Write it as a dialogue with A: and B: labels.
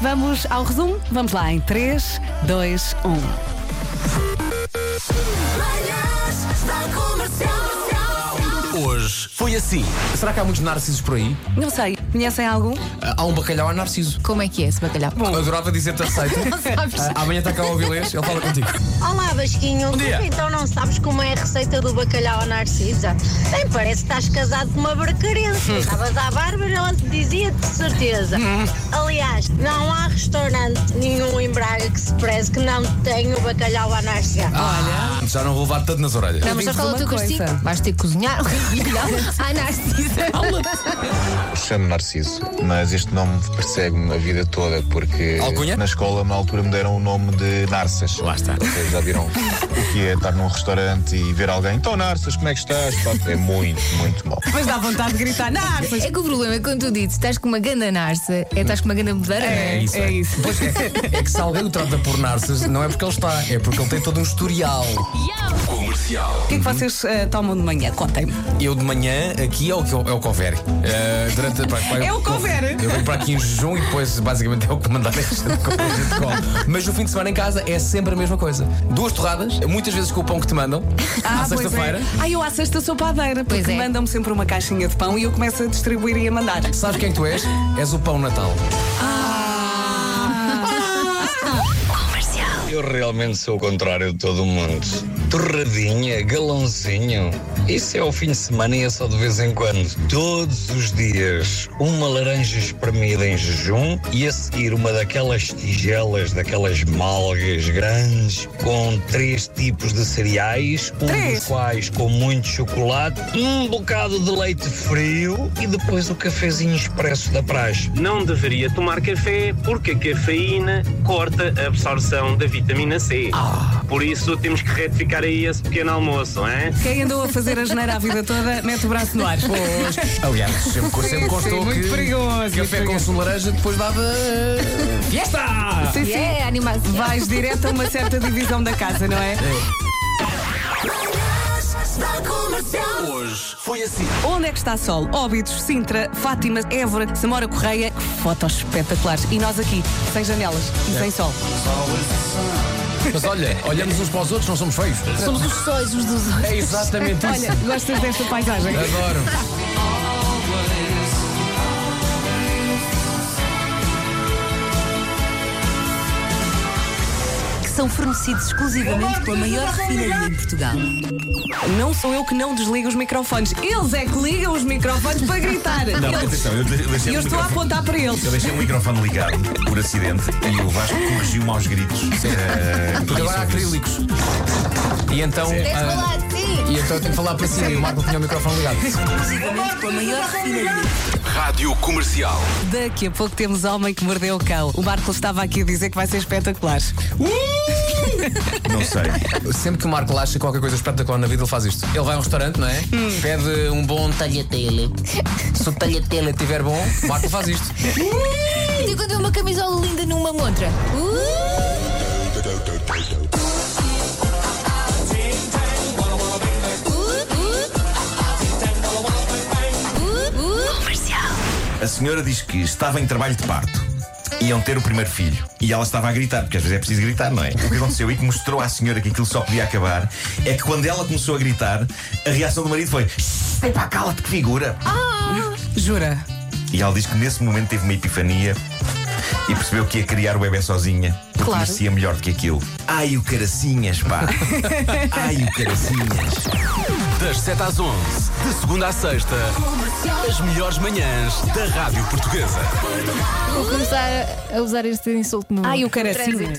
A: Vamos ao resumo? Vamos lá, em um. 3, 2, 1.
B: Hoje foi assim. Será que há muitos narcisos por aí?
A: Não sei, conhecem algum?
B: Ah, Há um bacalhau a narciso.
C: Como é que é esse bacalhau?
B: Eu adorava dizer-te a receita. Ah, Amanhã está cá o Vilês, ele fala contigo.
D: Olá, Basquinho.
B: Bom dia.
D: Tu então não sabes como é a receita do bacalhau à Narcisa? Bem, parece que estás casado com uma barcarense. Estavas à Bárbara e ela te dizia de certeza. Aliás, não há restaurante nenhum em Braga que se preze que não tenha o bacalhau à Narcisa.
B: Olha. Ah, Já não vou levar tanto nas orelhas.
C: Não, mas
A: digo-vos
C: sabes qual é o
A: uma
C: teu castigo?
A: coisa.
C: Vais ter que cozinhar o bacalhau à Narcisa.
E: Chamo Narciso, mas este nome persegue-me a vida toda porque
B: Alcunha?
E: na escola, na altura, me deram o nome de Narças.
B: Lá está.
E: Vocês já viram o que é estar num restaurante e ver alguém, então Narças, como é que estás? Pá, É muito, muito mal.
A: Mas dá vontade de gritar, narcos!
C: É que o problema é que quando tu dizes estás com uma ganda narça, é estás com uma ganda bedeira, não é?
B: isso.
A: É isso.
B: Pois é, é que se alguém o trata por narcis, não é porque ele está, é porque ele tem todo um historial.
A: O que é que vocês eh, tomam de manhã? Contem-me.
B: Eu de manhã, aqui é o, que eu- é o cover. durante, pá, pá,
A: É o couvert.
B: Eu venho para aqui em jejum e depois basicamente é o que mandar esta coisa. Mas no fim de semana em casa é sempre a mesma coisa. Duas torradas, muitas vezes com o pão que te mandam, à
A: pois
B: sexta-feira.
A: é. Ah, eu à sexta sou padeira,
C: Pois
A: porque
C: é.
A: mandam-me sempre uma caixinha de pão e eu começo a distribuir e a mandar.
B: Sabes quem é tu és? És o pão natal.
F: Eu realmente sou o contrário de todo mundo. Torradinha, galãozinho. Isso é ao fim de semana e é só de vez em quando. Todos os dias, uma laranja espremida em jejum e a seguir uma daquelas tigelas, daquelas malgas grandes, com três tipos de cereais, um
A: Três?
F: dos quais com muito chocolate, um bocado de leite frio e depois o cafezinho expresso da praxe.
G: não deveria tomar café porque a cafeína corta a absorção da vitamina C. Por isso temos que retificar aí esse pequeno almoço, é? hein?
A: Quem andou a fazer a geneira a vida toda, mete o braço no ar. Pois.
B: Aliás, sempre, sempre constou
A: muito
B: que
A: perigoso, muito
B: café com
A: perigoso.
B: sumo de laranja depois dava. eh, Fiesta!
A: Sim, sim.
C: É, animado.
A: Vais direto a uma certa divisão da casa, não é?
B: Hoje foi assim.
A: Onde é que está Sol? Óbidos, Sintra, Fátima, Évora, Samora Correia. Fotos espetaculares. E nós aqui, sem janelas
C: É.
A: e sem sol.
B: Mas olha, olhamos uns para os outros, não somos feios.
C: Somos os sóis uns dos outros.
B: É exatamente isso.
A: Olha, gostas desta paisagem?
B: Adoro.
H: que são fornecidos exclusivamente pela maior refinaria em Portugal.
A: Não sou eu que não desligo os microfones. Eles é que ligam os microfones para gritar.
I: Não,
A: Eles.
I: atenção, eu de-
A: E
I: deixei,
A: eu
I: o
A: estou a
I: microfone,
A: apontar para eles.
I: eu deixei o microfone ligado por acidente e o Vasco corrigiu-me aos gritos. Eh,
B: Porque agora há
I: isso, isso.
B: acrílicos. E então.
C: Tens de
B: ah,
C: falar assim.
B: e então eu tenho que falar para cima e o Marco tinha o microfone ligado.
H: Exclusivamente pela maior refinaria.
A: Daqui a pouco temos Homem que Mordeu o Cão. O Marco estava aqui a dizer que vai ser espetacular.
I: Não sei.
B: Sempre que o Marco acha qualquer coisa espetacular na vida, ele faz isto. Ele vai a um restaurante, não é? Pede um bom tagliatelle. Se o tagliatelle estiver bom, o Marco faz isto.
C: E quando vê uma camisola linda numa montra. Uh! Uh, uh. Uh, uh.
I: A senhora diz que estava em trabalho de parto. Iam ter o primeiro filho. E ela estava a gritar, porque às vezes é preciso gritar, não é? O que aconteceu e que mostrou à senhora que aquilo só podia acabar é que quando ela começou a gritar, a reação do marido foi: "Shh, Epá, cala-te, que figura!
A: Jura?
I: E ela diz que nesse momento teve uma epifania e percebeu que ia criar o bebê sozinha. Porque
C: Claro.
I: merecia melhor do que aquilo. Ai, o caracinhas, pá! Ai, o caracinhas!
J: Das 7 às 11, de segunda à sexta, as melhores manhãs da Rádio Portuguesa.
C: Vou começar a- a usar este insulto no.
A: Ai, o caracinho.
C: trânsito.